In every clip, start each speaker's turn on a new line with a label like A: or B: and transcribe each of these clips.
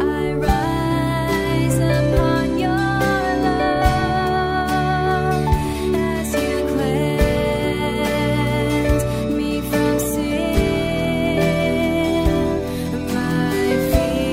A: I rise upon your love as you cleanse me from sin, my fear.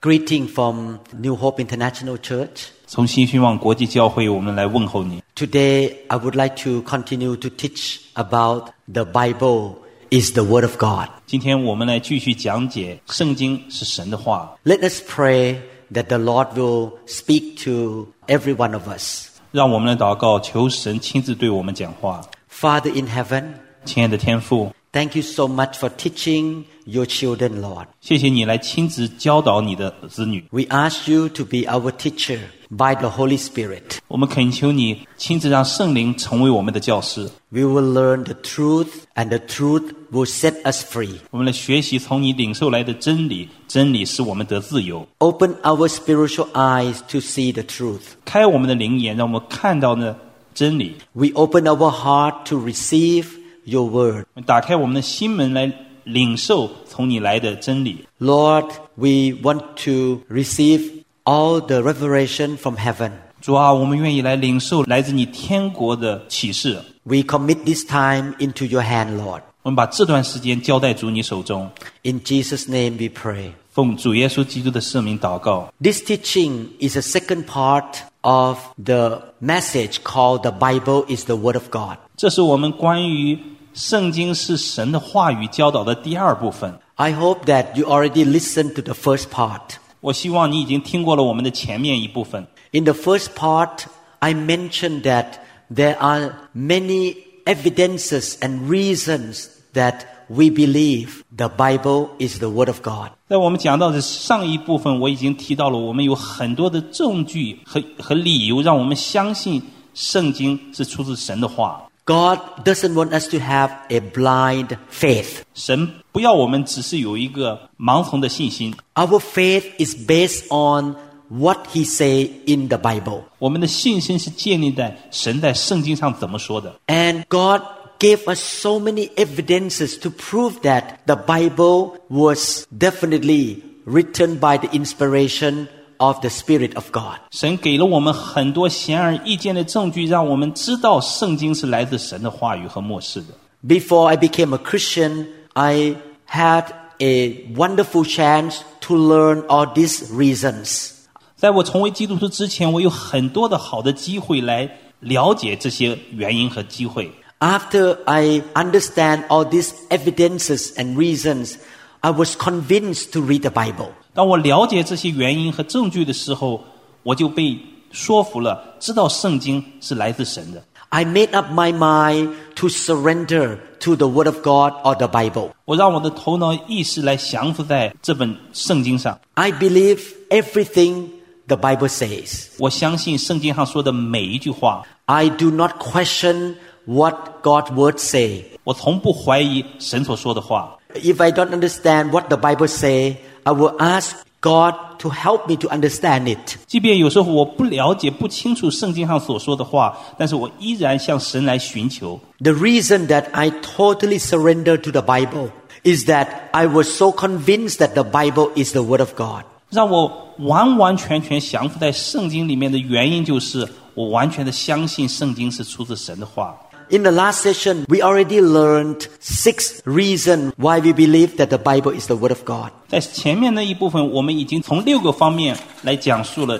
B: Greeting from New Hope International Church.
C: 从新希望国际教会，我们来问候您。
B: Today, I would like to continue to teach about the Bible is the Word of God.
C: 今天我们来继续讲解《圣经是神的话》，
B: Let us pray that the Lord will speak to every one of us.
C: 让我们来祷告，求神亲自对我们讲话。
B: Father in heaven,
C: 亲爱的天父，
B: thank you so much for teaching your children, Lord.
C: 谢谢你来亲自教导你的子女，
B: We ask you to be our teacher by the Holy Spirit.
C: 我们恳求你亲自让圣灵成为我们的教师，
B: We will learn the truth and the truth will set us free.
C: 我们来学习从你领受来的真理，真理使我们得自由。
B: Open our spiritual eyes to see the truth.
C: 开我们的灵眼，让我们看到那真理，
B: We open our heart to receive your word.
C: 打开我们的心门来领受从你来的真理。
B: Lord, we want to receive all the revelation from heaven.
C: 主啊，我们愿意来领受来自你天国的启示。
B: We commit this time into your hand, Lord.
C: 我们把这段时间交代主你手中，
B: In Jesus' name we pray.
C: 奉主耶稣基督的圣名祷告。
B: This teaching is a second part of the message called the Bible is the Word of God.
C: 这是我们关于圣经是神的话语教导的第二部分。
B: I hope that you already listened to the first part.
C: 我希望你已经听过了我们的前面一部分。
B: In the first part, I mentioned that there are many evidences and reasons that we believe the Bible is the Word of God.
C: 在我们讲到的上一部分，我已经提到了，我们有很多的证据和和理由，让我们相信圣经是出自神的话。
B: God doesn't want us to have a blind faith.
C: 神不要我们只是有一个盲从的信心，
B: Our faith is based on what He say in the Bible.
C: 我们的信心是建立在神在圣经上怎么说的。
B: And God gave us so many evidences to prove that the Bible was definitely written by the inspiration of the Spirit of God.
C: 神给了我们很多显而易见的证据，让我们知道圣经是来自神的话语和漠视的。
B: Before I became a Christian, I had a wonderful chance to learn all these reasons.
C: 在我成为基督徒之前，我有很多的好的机会来了解这些原因和机会。
B: After I understand all these evidences and reasons, I was convinced to read the Bible.
C: 当我了解这些原因和证据的时候，我就被说服了，知道圣经是来自神的。
B: I made up my mind to surrender to the Word of God or the Bible.
C: 我让我的头脑意识来降服在这本圣经上。
B: I believe everything the Bible says.
C: 我相信圣经上说的每一句话，
B: I do not question what God's words say.
C: 我从不怀疑神所说的话。
B: If I don't understand what the Bible say, I will ask God to help me to understand it.
C: 即便有时候我不了解、不清楚圣经上所说的话，但是我依然向神来寻求。
B: The reason that I totally surrender to the Bible is that I was so convinced that the Bible is the Word of God.
C: 让我完完全全降服在圣经里面的原因，就是我完全的相信圣经是出自神的话。
B: In the last session, we already learned six reasons why we believe that the Bible is the Word of God.
C: 在前面那一部分，我们已经从六个方面来讲述了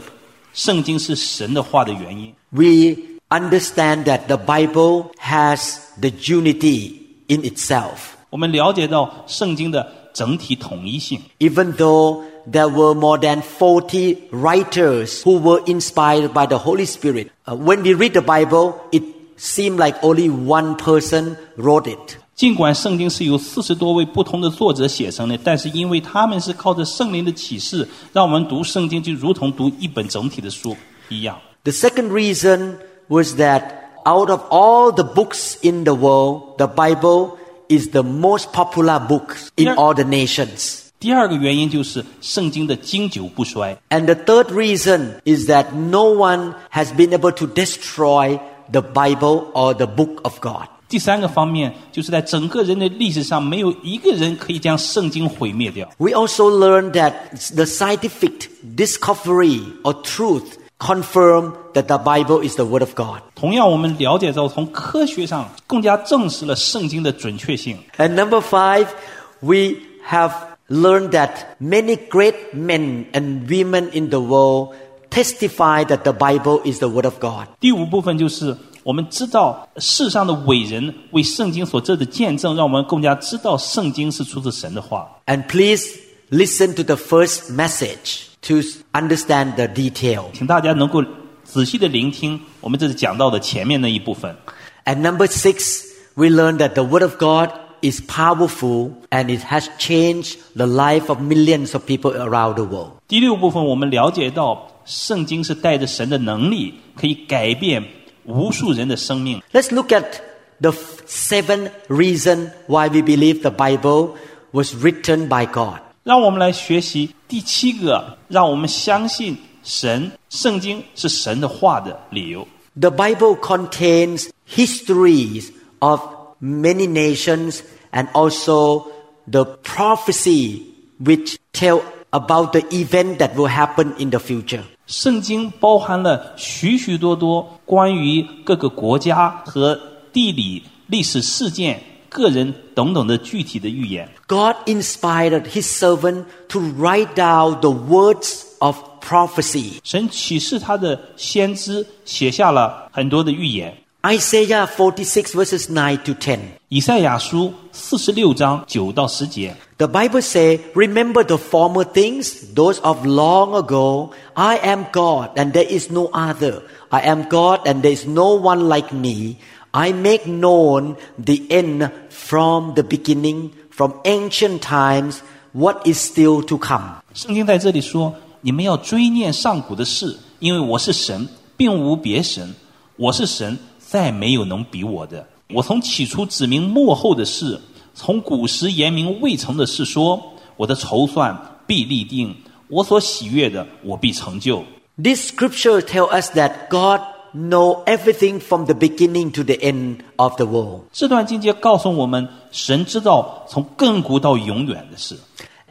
C: 圣经是神的话的原因。
B: We understand that the Bible has the unity in itself.
C: 我们了解到圣经的整体统一性，
B: Even though there were more than 40 writers who were inspired by the Holy Spirit, uh, when we read the Bible, it seemed like only one person wrote it.
C: 尽管圣经是由四十多位不同的作者写成的，但是因为他们是靠着圣灵的启示，让我们读圣经就如同读一本整体的书一样。
B: The second reason was that out of all the books in the world, the Bible is the most popular book in
C: Yeah.
B: all the nations.
C: 第二个原因就是圣经的经久不衰。
B: And the third reason is that no one has been able to destroy the Bible or the book of God.
C: 第三个方面就是在整个人类历史上，没有一个人可以将圣经毁灭掉。
B: We also learned that the scientific discovery or truth confirm that the Bible is the Word of God.
C: 同样，我们了解到从科学上更加证实了圣经的准确性。
B: And number five, we have learned that many great men and women in the world testify that the Bible is the Word of God.
C: 第五部分就是我们知道世上的伟人为圣经所做的见证，让我们更加知道圣经是出自神的话。
B: And please listen to the first message to s- understand the detail.
C: 请大家能够仔细的聆听我们这次讲到的前面那一部分。
B: And number six, we learned that the Word of God is powerful and it has changed the life of millions of people around the world.
C: 第六部分，我们了解到圣经是带着神的能力，可以改变无数人的生命。
B: Let's look at the f- seven reason why we believe the Bible was written by God.
C: 让我们来学习第七个，让我们相信神，圣经是神的话的理由。
B: The Bible contains histories of many nations and also the prophecy which tell about the event that will happen in the future.
C: 圣经包含了许许多多关于各个国家和地理、历史事件、个人等等的具体的预言。
B: God inspired his servant to write down the words of prophecy.
C: 神启示他的先知写下了很多的预言。
B: Isaiah 46 verses 9 to 10.
C: 以赛亚书四十六章九到十节，
B: The Bible says, Remember the former things, those of long ago. I am God and there is no other. I am God and there is no one like me. I make known the end from the beginning, from ancient times, what is still to come.
C: 圣经在这里说：“你们要追念上古的事，因为我是神，并无别神。我是神，再没有能比我的。我从起初指明幕后的事，从古时言明未成的事说。我的筹算必立定，我所喜悦的，我必成就。”
B: This scripture tells us that God know everything from the beginning to the end of the world.
C: 这段境界告诉我们，神知道从亘古到永远的事。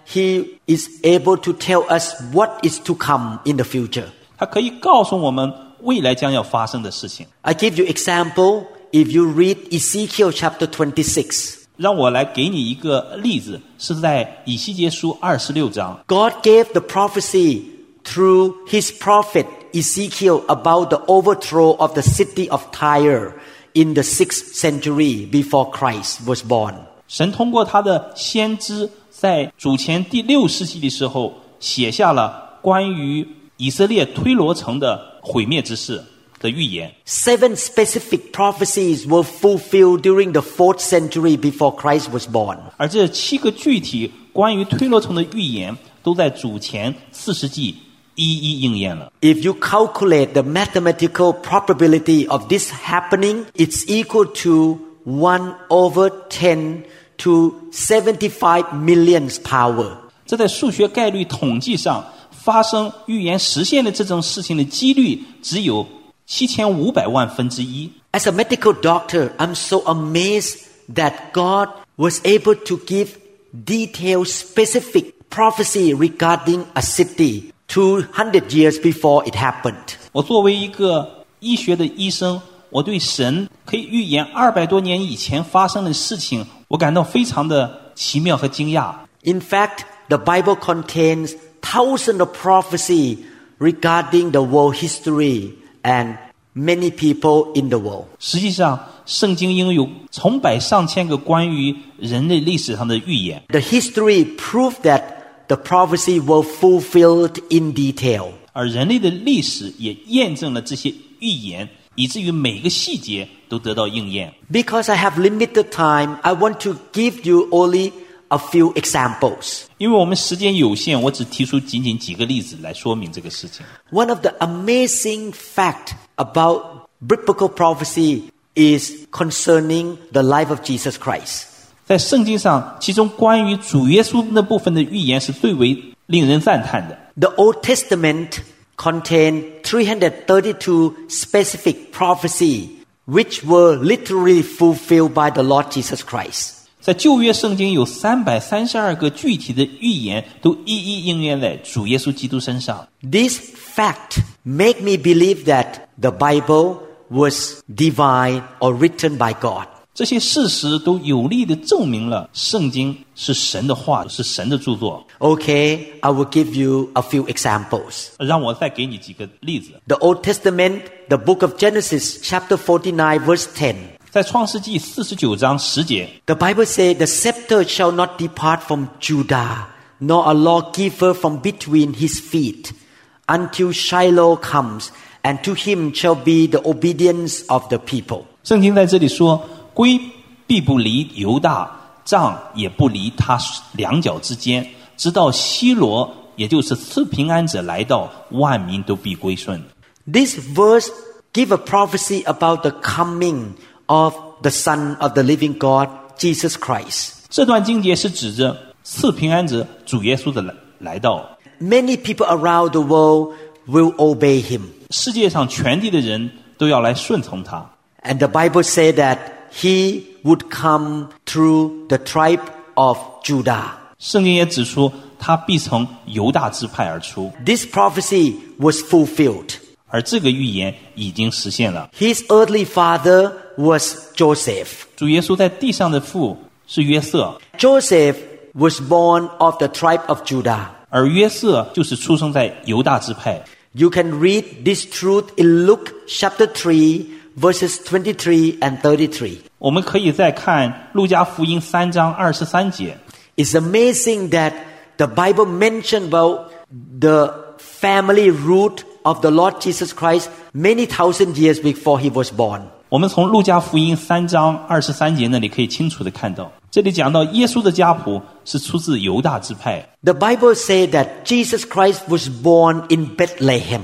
B: He is able to tell us what is to come in the future.
C: 它可以告诉我们未来将要发生的事情。
B: I give you example if you read Ezekiel chapter 26.
C: 让我来给你一个例子，是在以西结书二十六章，
B: God gave the prophecy through his prophet Ezekiel about the overthrow of the city of Tyre in the 6th century before Christ was born.
C: 神通过他的先知，在主前第六世纪的时候，写下了关于以色列推罗城的毁灭之事的预言。
B: Seven specific prophecies were fulfilled during the 4th century before Christ was born.
C: 而这七个具体关于推罗城的预言，都在主前四世纪一一应验了。
B: If you calculate the mathematical probability of this happening, it's equal to 1 over 10 to 75 millions power.
C: 这在数学概率统计上，发生预言实现的这种事情的几率只有七千五百万分之一。
B: As a medical doctor, I'm so amazed that God was able to give detailed, specific prophecy regarding a city 200 years before it happened.
C: 我作为一个医学的医生，我对神可以预言二百多年以前发生的事情，我感到非常的奇妙和惊讶。
B: In fact, the Bible contains thousands of prophecy regarding the world history and many people in the world.
C: 实际上，圣经应有成百上千个关于人类历史上的预言，
B: The history proved that the prophecy were fulfilled in detail.
C: 而人类的历史也验证了这些预言，以至于每个细节都得到应验。
B: Because I have limited time, I want to give you only a few examples.
C: 因为我们时间有限，我只提出仅仅几个例子来说明这个事情。
B: One of the amazing fact about biblical prophecy is concerning the life of Jesus Christ.
C: 在圣经上，其中关于主耶稣那部分的预言是最为令人赞叹的。
B: The Old Testament contained 332 specific prophecy which were literally fulfilled by the Lord Jesus Christ.
C: 在旧约圣经有三百三十二个具体的预言，都一一应验在主耶稣基督身上。
B: This fact make me believe that the Bible was divine or written by God.
C: 这些事实都有力的证明了圣经是神的话，是神的著作。
B: Okay, I will give you a few examples.
C: 让我再给你几个例子，
B: The Old Testament, the book of Genesis, chapter 49, verse 10.
C: 在创世纪四十九章十节，
B: The Bible says, The scepter shall not depart from Judah, nor a lawgiver from between his feet, until Shiloh comes, and to him shall be the obedience of the people.
C: 圣经在这里说：“圭必不离犹大，杖也不离他两脚之间，直到西罗，也就是赐平安者来到，万民都必归顺。
B: This verse give a prophecy about the coming of the Son of the living God, Jesus Christ. ”
C: 这段经节是指着赐平安者主耶稣的来来到，
B: Many people around the world will obey him.
C: 世界上全地的人都要来顺从他。
B: And the Bible says that he would come through the tribe of Judah.
C: 圣经也指出，他必从犹大支派而出，
B: This prophecy was fulfilled.
C: 而这个预言已经实现了。
B: His earthly father was Joseph.
C: 主耶稣在地上的父是约瑟，
B: Joseph was born of the tribe of Judah.
C: 而约瑟就是出生在犹大支派。
B: You can read this truth in Luke chapter 3, verses 23 and 33.
C: 我们可以再看《路加福音》三章二十三节，
B: It's amazing that the Bible mentioned about the family root of the Lord Jesus Christ many thousand years before he was born.
C: 我们从《路加福音》三章二十三节那里可以清楚的看到，这里讲到耶稣的家谱是出自犹大支派。
B: The Bible says that Jesus Christ was born in Bethlehem.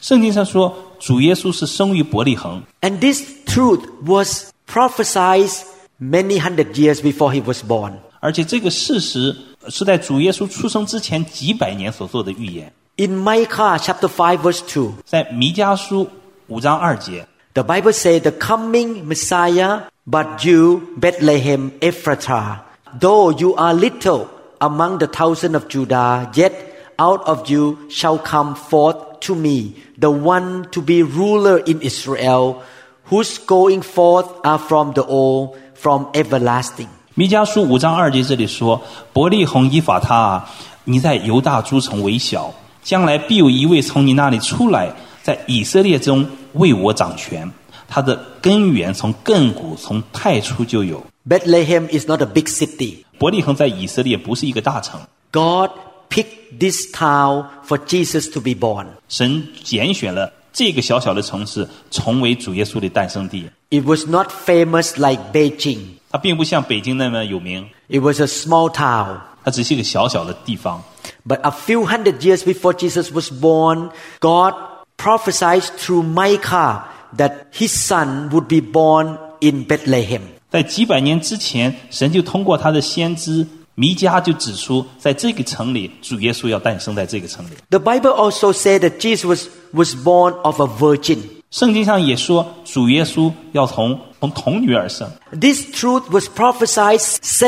C: 圣经上说，主耶稣是生于伯利恒，
B: And this truth was prophesied many hundred years before he was born.
C: 而且这个事实是在主耶稣出生之前几百年所做的预言。
B: In Micah chapter 5 verse 2,
C: 在弥迦书五章二节，
B: the Bible says the coming Messiah, but you, Bethlehem Ephratah, though you are little among the thousand of Judah, yet out of you shall come forth to me the one to be ruler in Israel, whose going forth are from the old, from everlasting.
C: 弥迦书五章二节这里说：“伯利恒伊法他啊，你在犹大诸城为小，将来必有一位从你那里出来，在以色列中为我掌权。他的根源从亘古，从太初就有。
B: Bethlehem is not a big city.
C: 伯利恒在以色列不是一个大城，
B: God picked this town for Jesus to be born.
C: 神拣选了这个小小的城市，成为主耶稣的诞生地。
B: It was not famous like Beijing.
C: 它并不像北京那么有名，
B: It was a small town.
C: 它只是一个小小的地方。
B: But a few hundred years before Jesus was born, God prophesied through Micah that his son would be born in Bethlehem.
C: 在几百年之前，神就通过他的先知弥迦就指出，在这个城里，主耶稣要诞生在这个城里。
B: The Bible also said that Jesus was, was born of a virgin.
C: 圣经上也说，主耶稣要从从童女而生，
B: This truth was prophesied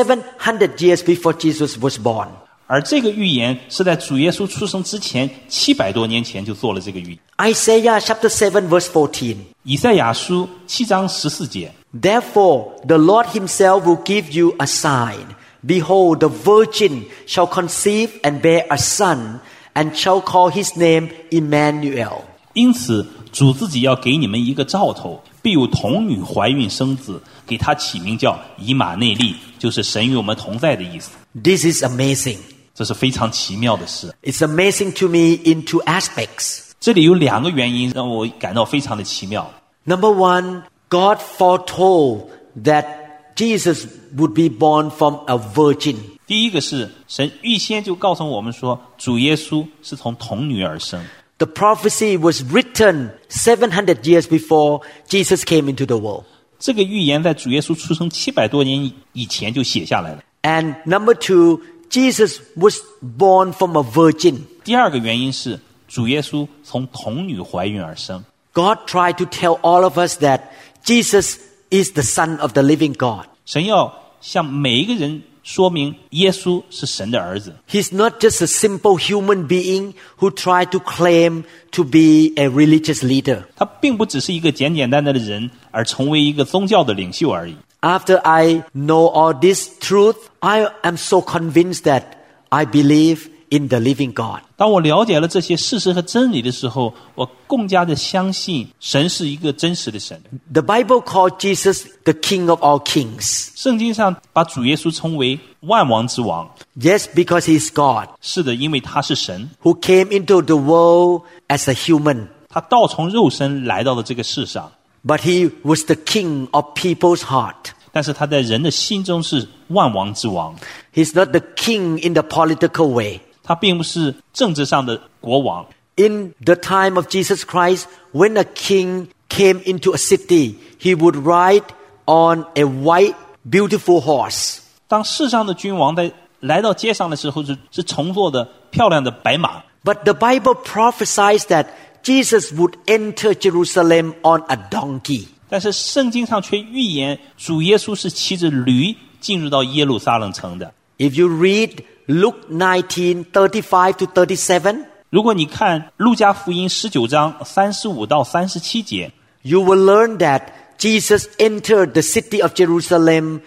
B: 700 years before Jesus was born.
C: 而这个预言是在主耶稣出生之前七百多年前就做了这个预言。
B: Isaiah chapter 7 verse 14.
C: 以赛亚书七章十四节，
B: Therefore, the Lord Himself will give you a sign. Behold, the virgin shall conceive and bear a son, and shall call his name Emmanuel.
C: 因此主自己要给你们一个兆头，必有童女怀孕生子，给他起名叫以马内利，就是神与我们同在的意思。
B: This is amazing.
C: 这是非常奇妙的事。
B: It's amazing to me in two aspects.
C: 这里有两个原因让我感到非常的奇妙。
B: Number one, God foretold that Jesus would be born from a virgin.
C: 第一个是神预先就告诉我们说，主耶稣是从童女而生。
B: The prophecy was written 700 years before Jesus came into the world.
C: 这个预言在主耶稣出生七百多年以以前就写下来了。
B: And number two, Jesus was born from a virgin.
C: 第二个原因是主耶稣从童女怀孕而生。
B: God tried to tell all of us that Jesus is the Son of the living God.
C: 神要向每一个人说明，耶稣是神的儿子，
B: He's not just a simple human being who tried to claim to be a religious leader.
C: 他并不只是一个简简单单的人而成为一个宗教的领袖而已。
B: After I know all this truth, I am so convinced that I believe in the living God.
C: 当我了解了这些事实和真理的时候，我更加的相信神是一个真实的神。
B: The Bible called Jesus the King of all kings.
C: 圣经上把主耶稣称为万王之王，
B: Yes, because he's God
C: 是的，因为他是神，
B: who came into the world as a human,
C: 他道从肉身来到了这个世上，
B: but he was the king of people's heart.
C: 但是他在人的心中是万王之王，
B: He's not the king in the political way.
C: 他并不是政治上的国王。
B: In the time of Jesus Christ, when a king came into a city, he would ride on a white, beautiful horse.
C: 当世上的君王在来到街上的时候是，是乘坐的漂亮的白马，
B: But the Bible prophesies that Jesus would enter Jerusalem on a donkey.
C: 但是圣经上却预言主耶稣是骑着驴进入到耶路撒冷城的。
B: If you read Luke 19 35 to 37,
C: 如果你看路加福音十九章三十五到三十七节，
B: you will learn that Jesus entered the city of Jerusalem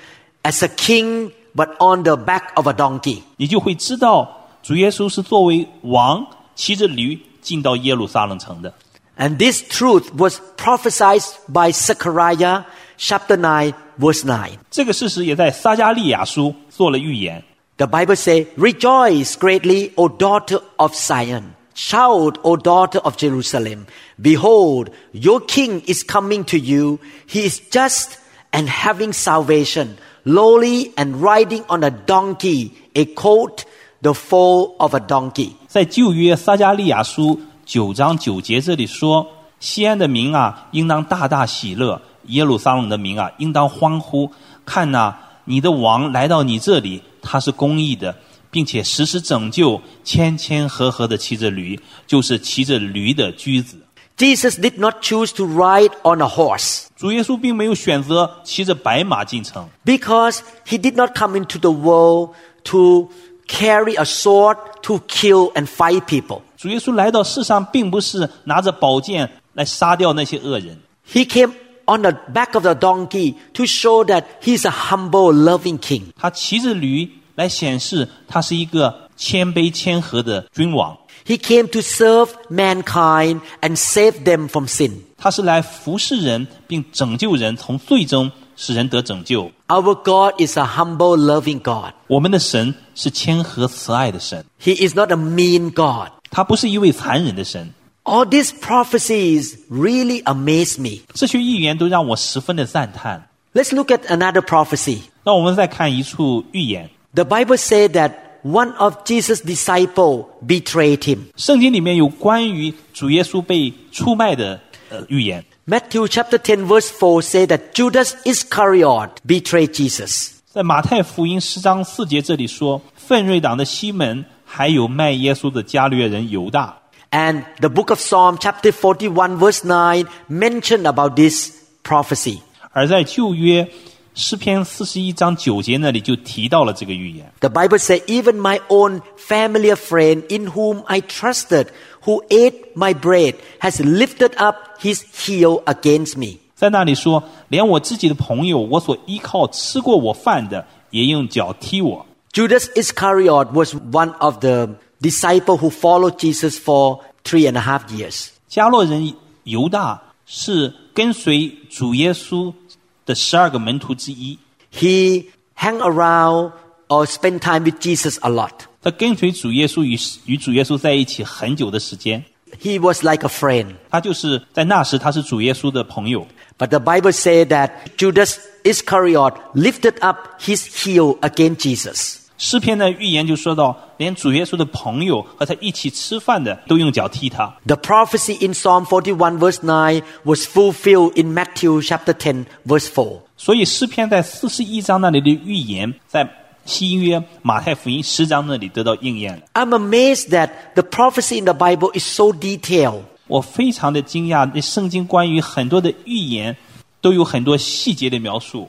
B: as a king, but on the back of a donkey.
C: 你就会知道主耶稣是作为王骑着驴进到耶路撒冷城的。
B: And this truth was prophesied by Zechariah chapter 9, verse 9.
C: 这个事实也在撒加利亚书做了预言。
B: The Bible says, Rejoice greatly, O daughter of Zion. Shout, O daughter of Jerusalem. Behold, your king is coming to you. He is just and having salvation, lowly and riding on a donkey, a colt, the foal of a donkey.
C: 在旧约撒加利亚书九章九节这里说：“西安的民啊，应当大大喜乐；耶路撒冷的民啊，应当欢呼。看呐、你的王来到你这里，他是公义的，并且实施拯救，谦谦和和的骑着驴，就是骑着驴的驹子。
B: Jesus did not choose to ride on a horse
C: 主耶稣并没有选择骑着白马进城，
B: because he did not come into the world to carry a sword to kill and fight people.
C: 主耶稣来到世上，并不是拿着宝剑来杀掉那些恶人。
B: He came on the back of the donkey to show that he's a humble, loving king.
C: 他骑着驴来显示他是一个谦卑谦和的君王，
B: He came to serve mankind and save them from sin.
C: 他是来服侍人并拯救人，从最终使人得拯救。
B: Our God is a humble, loving God.
C: 我们的神是谦和慈爱的神，
B: He is not a mean God.
C: 他不是一位残忍的神。
B: All these prophecies really amaze me.
C: 这些预言都让我十分的赞叹。
B: Let's look at another prophecy.
C: 那我们再看一处预言，
B: The Bible said that one of Jesus' disciples betrayed him.
C: 圣经里面有关于主耶稣被出卖的呃预言。
B: Matthew chapter 10 verse 4 said that Judas Iscariot betrayed Jesus.
C: 在马太福音十章四节这里说，奋锐党的西门，还有卖耶稣的加略人犹大，
B: And the book of Psalm, chapter 41, verse 9, mentioned about this prophecy.
C: 而在旧约诗篇四十一章九节那里就提到了这个预言。
B: The Bible says, Even my own familiar friend, in whom I trusted, who ate my bread, has lifted up his heel against me.
C: 在那里说，连我自己的朋友，我所依靠吃过我饭的，也用脚踢我。
B: Judas Iscariot was one of the disciple who followed Jesus for three and a half years.
C: 加洛人犹大是跟随主耶稣的十二个门徒之一，
B: He hung around or spent time with Jesus a lot.
C: 他跟随主耶稣与与主耶稣在一起很久的时间。
B: He was like a friend.
C: 他就是在那时，他是主耶稣的朋友。
B: But the Bible says that Judas Iscariot lifted up his heel against Jesus.
C: 诗篇的预言就说到，连主耶稣的朋友和他一起吃饭的都用脚踢他。
B: The prophecy in Psalm 41 verse 9 was fulfilled in Matthew chapter 10 verse 4.
C: 所以诗篇在四十一章那里的预言，在新约马太福音十章那里得到应验了。
B: I'm amazed that the prophecy in the Bible is so detailed.
C: 我非常的惊讶，那圣经关于很多的预言都有很多细节的描述。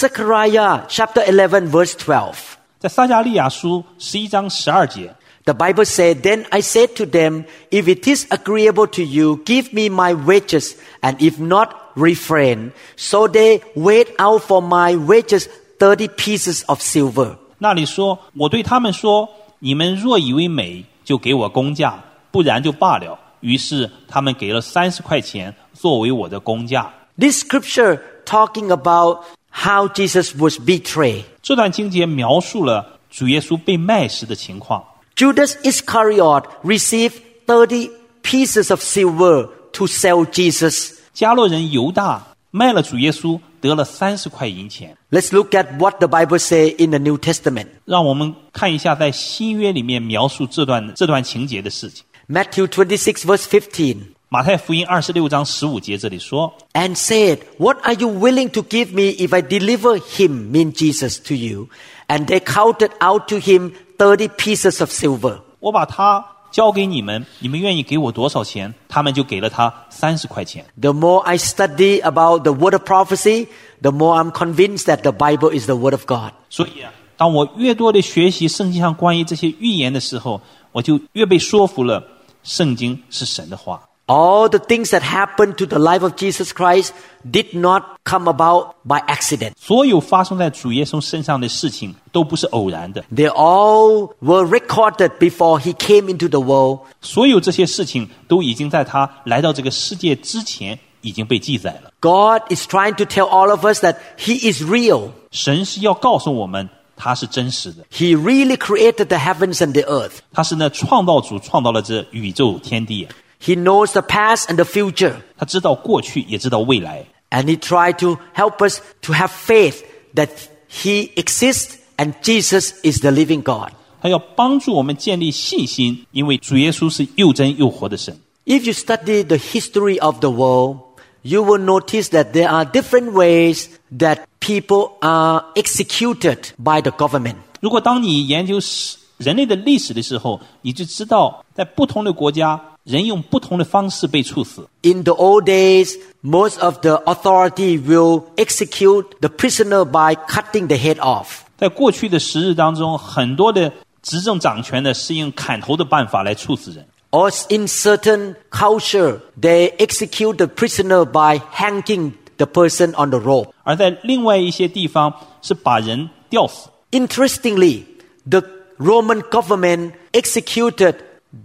B: Zechariah chapter 11 verse 12.
C: 在撒加利亚书十一章十二节，
B: The Bible said, Then I said to them, If it is agreeable to you, give me my wages, and if not, refrain. So they weighed out for my wages 30 pieces of silver.
C: 那里说：“我对他们说，你们若以为美，就给我工价；不然就罢了。”于是他们给了三十块钱作为我的工价。
B: This scripture talking about how Jesus was betrayed.
C: 这段经节描述了主耶稣被卖时的情况。
B: Judas Iscariot received 30 pieces of silver to sell Jesus.
C: 加洛人犹大卖了主耶稣，得了三十块银钱。
B: Let's look at what the Bible says in the New Testament.
C: 让我们看一下在新约里面描述这段这段情节的事情。
B: Matthew 26 verse 15.
C: 马太福音二十六章十五节这里说
B: and said, What are you willing to give me if I deliver him, mean Jesus, to you? And they counted out to him 30 pieces of silver.：“
C: 我把他交给你们，你们愿意给我多少钱？”他们就给了他三十块钱。
B: The more I study about the word of prophecy, the more I'm convinced that the Bible is the word of God.
C: 所以啊，当我越多的学习圣经上关于这些预言的时候，我就越被说服了，圣经是神的话。
B: All the things that happened to the life of Jesus Christ did not come about by accident.
C: 所有发生在主耶稣身上的事情都不是偶然的，
B: They all were recorded before he came into the world.
C: 所有这些事情都已经在他来到这个世界之前已经被记载了。
B: God is trying to tell all of us that he is real.
C: 神是要告诉我们，他是真实的，
B: He really created the heavens and the earth.
C: 他是那创造主创造了这宇宙天地，啊
B: He knows the past and the future,
C: 他知道过去，也知道未来。
B: and He tried to help us to have faith that He exists and Jesus is the living God.
C: 他要帮助我们建立信心，因为主耶稣是又真又活的神。
B: If you study the history of the world, you will notice that there are different ways that people are executed by the government.
C: 如果当你研究史人类的历史的时候，你就知道，在不同的国家，人用不同的方式被处死。
B: In the old days, most of the authority will execute the prisoner by cutting the head off.
C: 在过去的时日当中，很多的执政掌权呢是用砍头的办法来处死人，
B: Or in certain culture, they execute the prisoner by hanging the person on the rope.
C: 而在另外一些地方是把人吊死。
B: Interestingly, the Roman government executed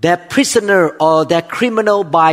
B: their prisoner or their criminal by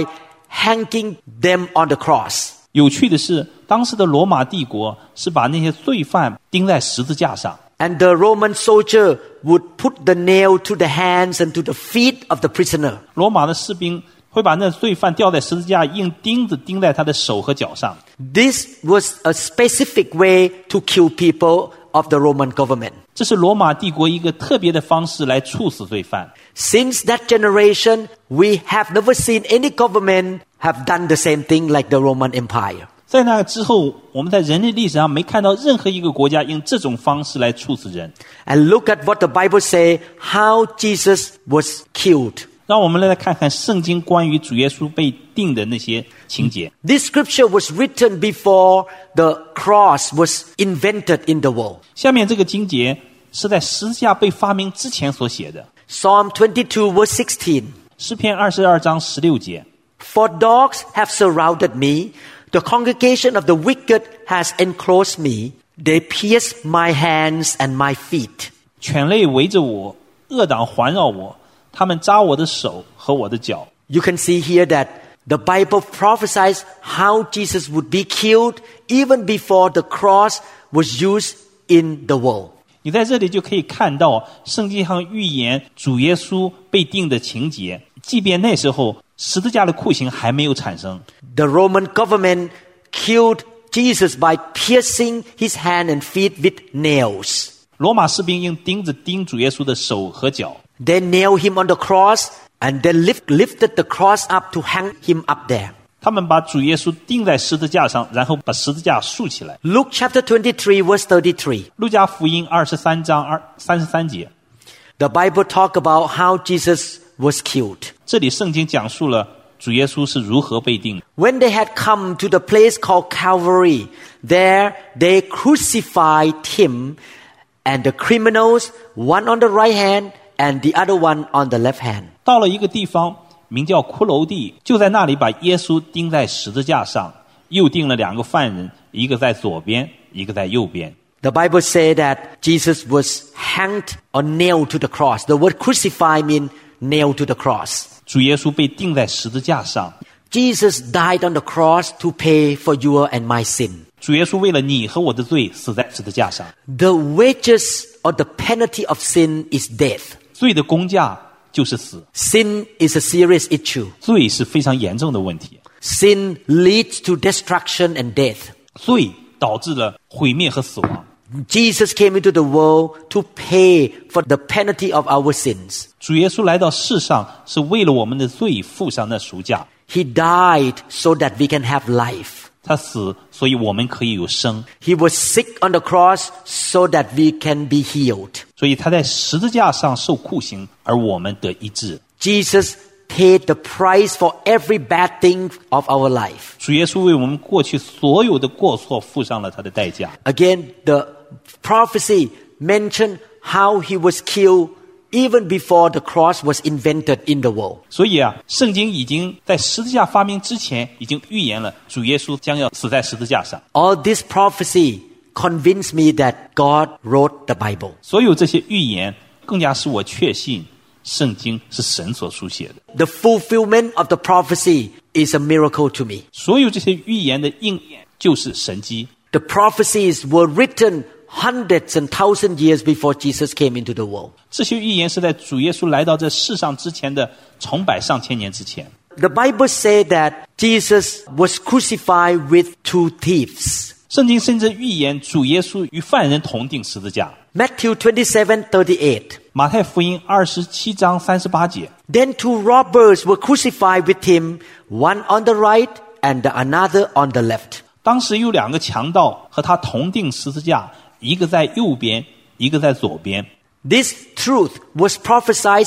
B: hanging them on the cross.
C: 有趣的是，当时的罗马帝国是把那些罪犯钉在十字架上，
B: And the Roman soldier would put the nail to the hands and to the feet of the prisoner.
C: 罗马的士兵会把那罪犯吊在十字架，用钉子钉在他的手和脚上。
B: This was a specific way to kill people of the Roman government.
C: 这是罗马帝国一个特别的方式来处死罪犯。
B: Since that generation, we have never seen any government have done the same thing like the Roman Empire.
C: 在那之后，我们在人类历史上没看到任何一个国家用这种方式来处死人。
B: And look at what the Bible says how Jesus was killed.
C: 让我们来看看圣经关于主耶稣被定的那些情节。
B: This scripture was written before the cross was invented in the world.
C: 下面这个经节是在十字架被发明之前所写的，
B: Psalm 22, verse 16.
C: 诗篇二十二章十六节。
B: For dogs have surrounded me, the congregation of the wicked has enclosed me. They pierced my hands and my feet.
C: 犬类围着我，恶党环绕我，他们扎我的手和我的脚。
B: You can see here that the Bible prophesies how Jesus would be killed even before the cross was used in the world.
C: 你在这里就可以看到圣经上预言主耶稣被定的情节，即便那时候十字架的酷刑还没有产生，
B: The Roman government killed Jesus by piercing his hand and feet with nails.
C: 罗马士兵用钉子钉主耶稣的手和脚，
B: They nailed him on the cross and they lift, lifted the cross up to hang him up there.
C: 他们把主耶稣钉在十字架上，然后把十字架竖起来。
B: Luke chapter 23, verse 33.
C: 路加福音二十三章二三十三节，
B: The Bible talk about how Jesus was killed.
C: 这里圣经讲述了主耶稣是如何被钉的。
B: When they had come to the place called Calvary, there they crucified him and the criminals, one on the right hand and the other one on the left hand.
C: 到了一个地方，名叫骷髅地，就在那里把耶稣钉在十字架上，又钉了两个犯人，一个在左边，一个在右边。
B: The Bible say that Jesus was hanged or nailed to the cross. The word crucify means nailed to the cross.
C: 主耶稣被钉在十字架上，
B: Jesus died on the cross to pay for your and my sin.
C: 主耶稣为了你和我的罪死在十字架上，
B: The wages or the penalty of sin is death.
C: 罪的工价就是死，
B: Sin is a serious issue.
C: 罪是非常严重的问题，
B: Sin leads to destruction and death.
C: 罪导致了毁灭和死亡。
B: Jesus came into the world to pay for the penalty of our sins.
C: 主耶稣来到世上是为了我们的罪付上那赎价，
B: He died so that we can have life.
C: 他死，所以我们可以有生，
B: He was sick on the cross so that we can be healed.
C: 所以他在十字架上受酷刑，而我们得医治。
B: Jesus paid the price for every bad thing of our life.
C: 主耶稣为我们过去所有的过错付上了他的代价。
B: Again, the prophecy mentioned how he was killed even before the cross was invented in the world.
C: 所以啊，圣经已经在十字架发明之前，已经预言了主耶稣将要死在十字架上。
B: All this prophecy convinced me that God wrote the Bible.
C: 所有这些预言，更加使我确信，圣经是神所书写的。
B: The fulfillment of the prophecy is a miracle to me.
C: 所有这些预言的应验，就是神迹。
B: The prophecies were written hundreds and thousands years before Jesus came into the world.
C: 这些预言是在主耶稣来到这世上之前的成百上千年之前。
B: The Bible says that Jesus was crucified with two thieves.
C: 圣经甚至预言主耶稣与犯人同定十字架。
B: Matthew 27 38.
C: 马太福音二十七章三十八节，
B: Then two robbers were crucified with him, one on the right and the another on the left.
C: 当时有两个强盗和他同定十字架，一个在右边，一个在左边。
B: This truth was prophesied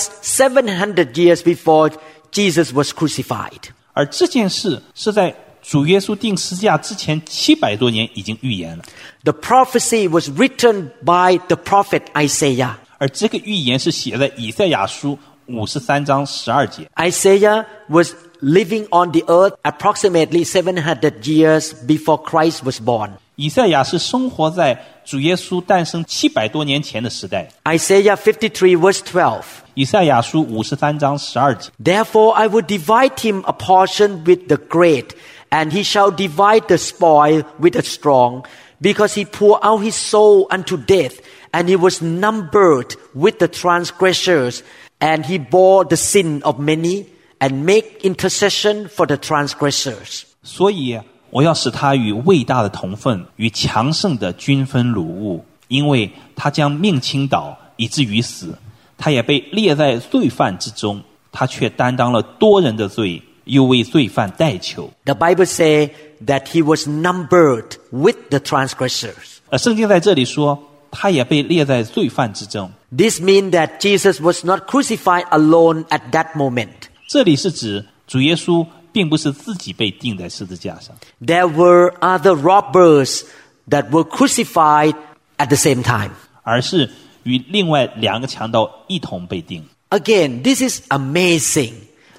B: 700 years before Jesus was crucified.
C: 而这件事是在主耶稣定十字架之前七百多年已经预言了，
B: The prophecy was written by the prophet Isaiah.
C: 而这个预言是写在以赛亚书五十三章十二节。
B: Isaiah was living on the earth approximately 700 years before Christ was born.
C: 以赛亚是生活在主耶稣诞生七百多年前的时代。
B: Isaiah 53 verse 12.
C: 以赛亚书五十三章十二节，
B: Therefore I will divide him a portion with the great, and he shall divide the spoil with the strong, because he poured out his soul unto death, and he was numbered with the transgressors, and he bore the sin of many, and make intercession for the transgressors.
C: 所以啊我要使他与伟大的同分，与强盛的均分掳物，因为他将命倾倒，以至于死。他也被列在罪犯之中，他却担当了多人的罪，又为罪犯代求。
B: The Bible says that he was numbered with the transgressors.
C: 呃，圣经在这里说，他也被列在罪犯之中。
B: This means that Jesus was not crucified alone at that moment.
C: 这里是指主耶稣并不是自己被钉在十字架上，
B: there were other robbers that were crucified at the same time.
C: 而是与另外两个强盗一同被钉。
B: Again, this is amazing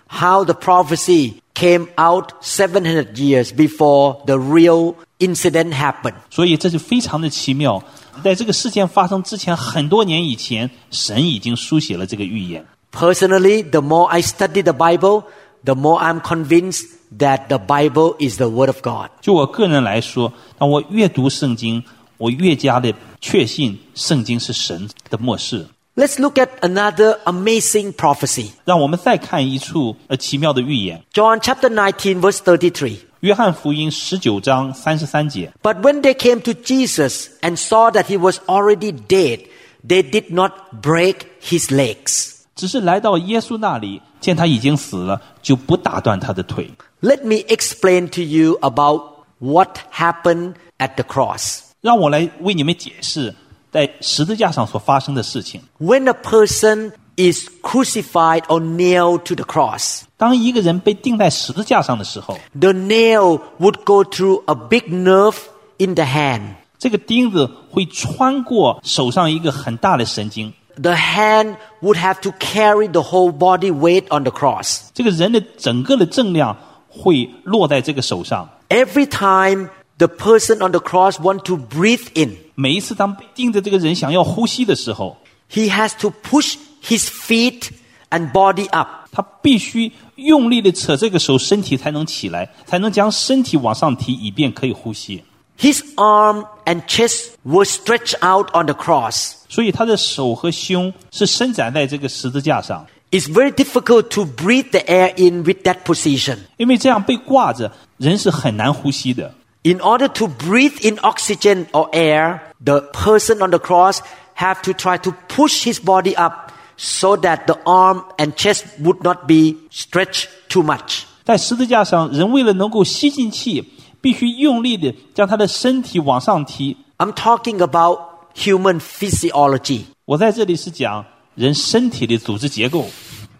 B: how the prophecy came out 700 years before the real incident happened.
C: 所以这是非常的奇妙。在这个事件发生之前，很多年以前，神已经书写了这个预言。
B: Personally, the more I study the Bible, the more I'm convinced that the Bible is the Word of God.
C: 就我个人来说，当我阅读圣经，我越加的确信圣经是神的漠视。
B: Let's look at another amazing prophecy.
C: 让我们再看一处呃奇妙的预言，《
B: John chapter 19 verse 33.
C: 约翰福音》十九章三十三节。
B: But when they came to Jesus and saw that he was already dead, They did not break his legs.
C: 只是来到耶稣那里，见他已经死了，就不打断他的腿。
B: Let me explain to you about what happened at the cross.
C: 让我来为你们解释在十字架上所发生的事情。
B: When a person is crucified or nailed to the cross,
C: 当一个人被钉在十字架上的时候，
B: the nail would go through a big nerve in the hand.
C: 这个钉子会穿过手上一个很大的神经，
B: The hand would have to carry the whole body weight on the cross.
C: 这个人的整个的重量会落在这个手上。
B: Every time the person on the cross want to breathe in,
C: 每一次当被钉着这个人想要呼吸的时候，
B: he has to push his feet and body up.
C: 他必须用力的扯这个手，身体才能起来，才能将身体往上提，以便可以呼吸。
B: His arm and chest were stretched out on the cross.
C: 所以他的手和胸是伸展在这个十字架上，
B: It's very difficult to breathe the air in with that position.
C: 因为这样被挂着，人是很难呼吸的。
B: In order to breathe in oxygen or air, the person on the cross have to try to push his body up so that the arm and chest would not be stretched too much.
C: 在十字架上，人为了能够吸进气，必须用力的将他的身体往上提。
B: I'm talking about human physiology.
C: 我在这里是讲人身体的组织结构。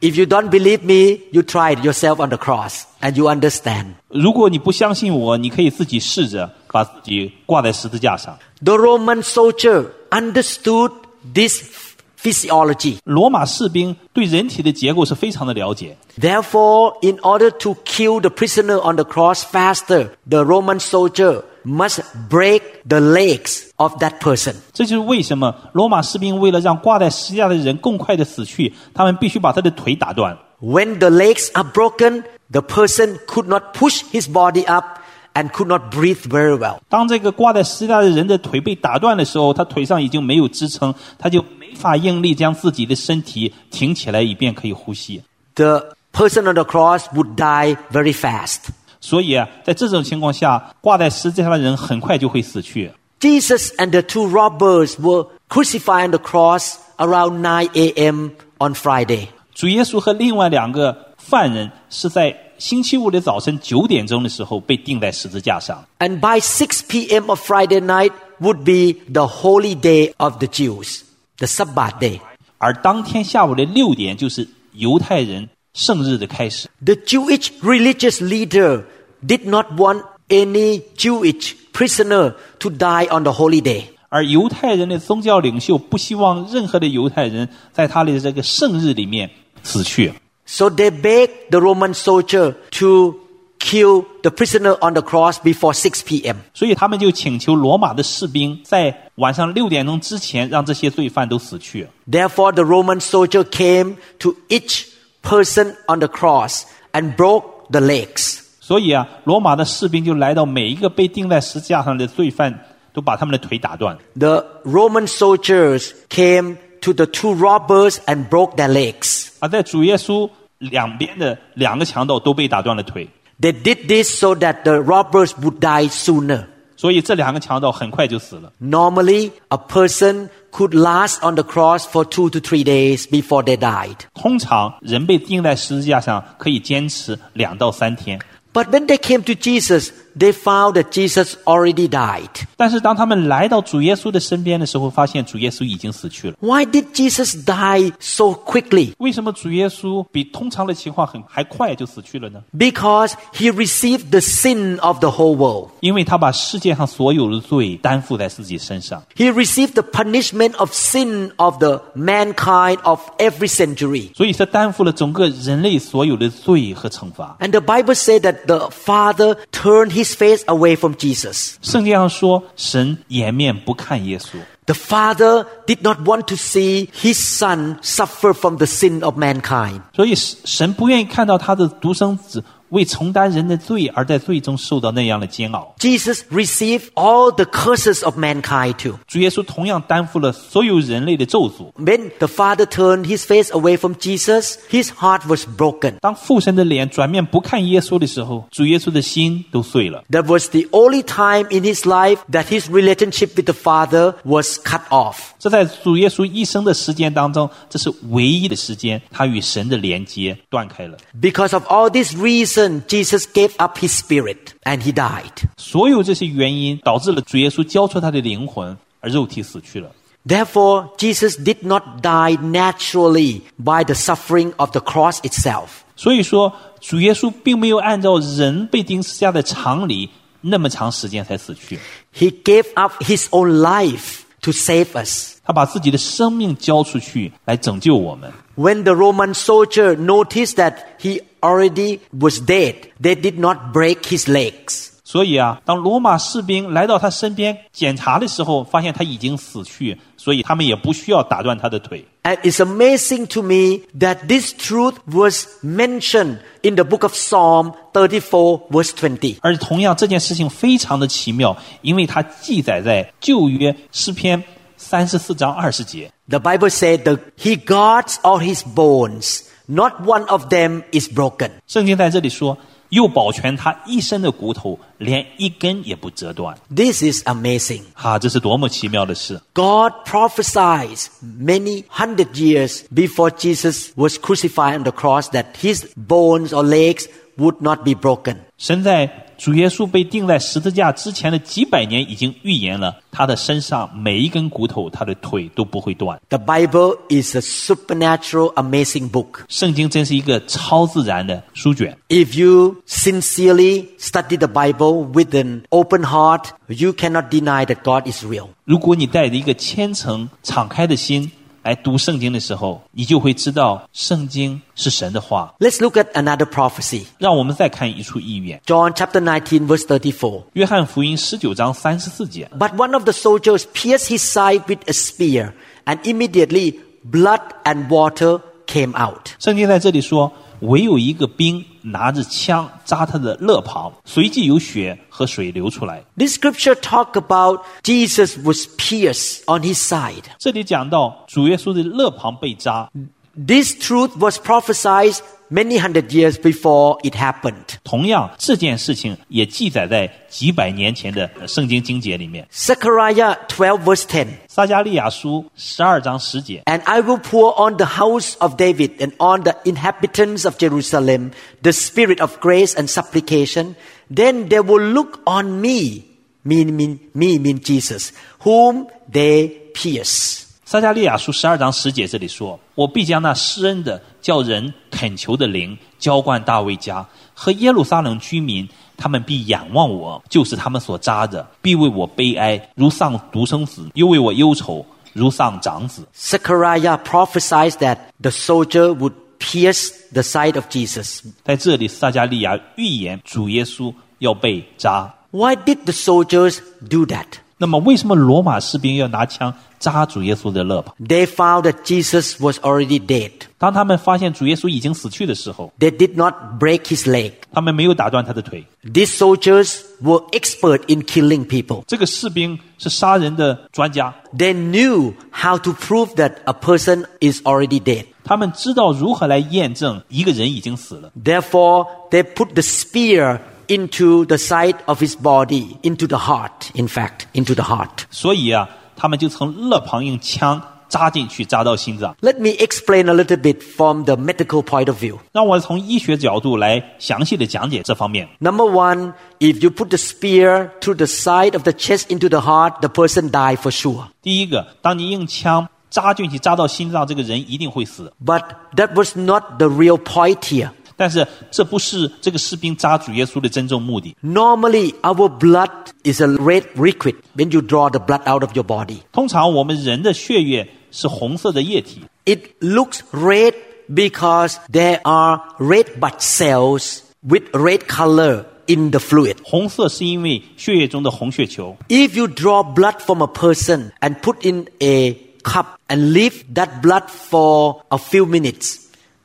B: If you don't believe me, you try it yourself on the cross and you understand.
C: 如果你不相信我，你可以自己试着把自己挂在十字架上。
B: The Roman soldier understood this physiology.
C: 罗马士兵对人体的结构是非常的了解，
B: Therefore, in order to kill the prisoner on the cross faster, the Roman soldier must break the legs of that person.
C: 这就是为什么罗马士兵为了让挂在十字架的人更快的死去，他们必须把他的腿打断。
B: When the legs are broken, the person could not push his body up and could not breathe very well.
C: 当这个挂在十字架的人的腿被打断的时候，他腿上已经没有支撑，他就没法用力将自己的身体挺起来，以便可以呼吸。
B: The person on the cross would die very fast.
C: 所以啊，在这种情况下，挂在十字架的人很快就会死去。
B: Jesus and the two robbers were crucified on the cross around 9 a.m. on Friday.
C: 主耶稣和另外两个犯人是在星期五的早晨九点钟的时候被钉在十字架上。
B: And by 6 p.m. of Friday night would be the holy day of the Jews, the Sabbath day.
C: 而当天下午的六点就是犹太人圣日的开始。
B: The Jewish religious leader did not want any Jewish prisoner to die on the holy day.
C: 而犹太人的宗教领袖不希望任何的犹太人在他的这个圣日里面死去，
B: So they begged the Roman soldier to kill the prisoner on the cross before 6 p.m.
C: 所以他们就请求罗马的士兵在晚上六点钟之前让这些罪犯都死去。
B: Therefore, the Roman soldier came to each person on the cross and broke the legs.
C: 所以啊，罗马的士兵就来到每一个被钉在十字架上的罪犯，都把他们的腿打断。
B: The Roman soldiers came to the two robbers and broke their legs.
C: 而在主耶稣两边的两个强盗都被打断了腿，
B: They did this so that the robbers would die sooner.
C: 所以这两个强盗很快就死了。
B: Normally, a person could last on the cross for two to three days before they died.
C: 通常人被钉在十字架上可以坚持两到三天，
B: But when they came to Jesus, they found that Jesus already died.
C: 但是当他们来到主耶稣的身边的时候，发现主耶稣已经死去了。
B: Why did Jesus die so quickly?
C: 为什么主耶稣比通常的情况很还快就死去了呢？
B: Because he received the sin of the whole world.
C: 因为他把世界上所有的罪担负在自己身上，
B: He received the punishment of sin of the mankind of every century.
C: 所以他担负了整个人类所有的罪和惩罚。
B: And the Bible said that the Father turned his face away from Jesus.
C: 圣经上说，神掩面不看耶稣，
B: The Father did not want to see his Son suffer from the sin of mankind.
C: 所以神神不愿意看到他的独生子为承担人的罪而在罪中受到那样的煎熬。
B: Jesus received all the curses of mankind too.
C: 主耶稣同样担负了所有人类的咒诅。
B: When the father turned his face away from Jesus, his heart was broken.
C: 当父神的脸转面不看耶稣的时候，主耶稣的心都碎了。
B: That was the only time in his life that his relationship with the father was cut off.
C: 这在主耶稣一生的时间当中，这是唯一的时间，他与神的连接断开了。
B: Because of all this reason, Jesus gave up his spirit and he died.
C: 所有这些原因导致了主耶稣交出他的灵魂，而肉体死去了。
B: Therefore, Jesus did not die naturally by the suffering of the cross itself.
C: 所以说，主耶稣并没有按照人被钉十字架的常理那么长时间才死去，
B: He gave up his own life to save us.
C: 他把自己的生命交出去来拯救我们。
B: When the Roman soldier noticed that he already was dead, they did not break his legs.
C: 所以啊，当罗马士兵来到他身边检查的时候，发现他已经死去，所以他们也不需要打断他的腿。
B: And it's amazing to me that this truth was mentioned in the book of Psalm 34 verse 20.
C: 而同样，这件事情非常的奇妙，因为它记载在旧约诗篇三十四章二十节。
B: The Bible said that he guards all his bones. Not one of them is broken.
C: 圣经在这里说，又保全他一身的骨头，连一根也不折断。
B: This is amazing.
C: 哈、这是多么奇妙的事！
B: God prophesied many hundred years before Jesus was crucified on the cross that his bones or legs would not be broken.
C: 神在主耶稣被钉在十字架之前的几百年，已经预言了他的身上每一根骨头，他的腿都不会断。
B: The Bible is a supernatural, amazing book.
C: 圣经真是一个超自然的书卷。
B: If you sincerely study the Bible with an open heart, you cannot deny that God is real.
C: 如果你带着一个虔诚、敞开的心来读圣经的时候，你就会知道圣经是神的话。
B: Let's look at another prophecy.
C: 让我们再看一处意愿，《
B: John chapter 19 verse 34.
C: 约翰福音》十九章三十四节。
B: But one of the soldiers pierced his side with a spear, and immediately blood and water came out.
C: 圣经在这里说，唯有一个兵拿着枪扎他的肋旁，随即有血和水流出来。
B: This scripture talk about Jesus was pierced on his side.
C: 这里讲到主耶稣的肋旁被扎，
B: This truth was prophesied many hundred years before it happened.
C: 同样这件事情也记载在几百年前的呃圣经经节里面。
B: Zechariah 12 verse 10.
C: 撒加利亚书十二章十节，
B: And I will pour on the house of David and on the inhabitants of Jerusalem the spirit of grace and supplication. Then they will look on me, me, me, me, mean Jesus, whom they pierce.
C: 撒加利亚书十二章十节这里说：“我必将那施恩的、叫人恳求的灵浇灌大卫家和耶路撒冷居民，他们必仰望我，就是他们所扎的，必为我悲哀，如丧独生子；又为我忧愁，如丧长子。
B: Zechariah prophesies that the soldier would pierce the side of Jesus. ”
C: 在这里，撒加利亚预言主耶稣要被扎。
B: Why did the soldiers do that?
C: 那么，为什么罗马士兵要拿枪扎主耶稣的肋旁？
B: They found that Jesus was already dead.
C: 当他们发现主耶稣已经死去的时候，
B: They did not break his leg.
C: 他们没有打断他的腿，
B: These soldiers were expert in killing people.
C: 这个士兵是杀人的专家，
B: They knew how to prove that a person is already dead.
C: 他们知道如何来验证一个人已经死了，
B: Therefore, they put the spear into the side of his body, into the heart, in fact, into the heart.
C: 所以啊，他们就从肋旁用枪扎进去，扎到心脏。
B: Let me explain a little bit from the medical point of view.
C: 让我从医学角度来详细的讲解这方面。
B: Number one, if you put the spear through the side of the chest into the heart, the person die for sure.
C: 第一个，当你用枪扎进去，扎到心脏，这个人一定会死。
B: But that was not the real point here.
C: 但是这不是这个士兵扎主耶稣的真正目的。
B: Normally, our blood is a red liquid when you draw the blood out of your body.
C: 通常我们人的血液是红色的液体，
B: It looks red because there are red blood cells with red color in the fluid.
C: 红色是因为血液中的红血球。
B: If you draw blood from a person and put in a cup and leave that blood for a few minutes,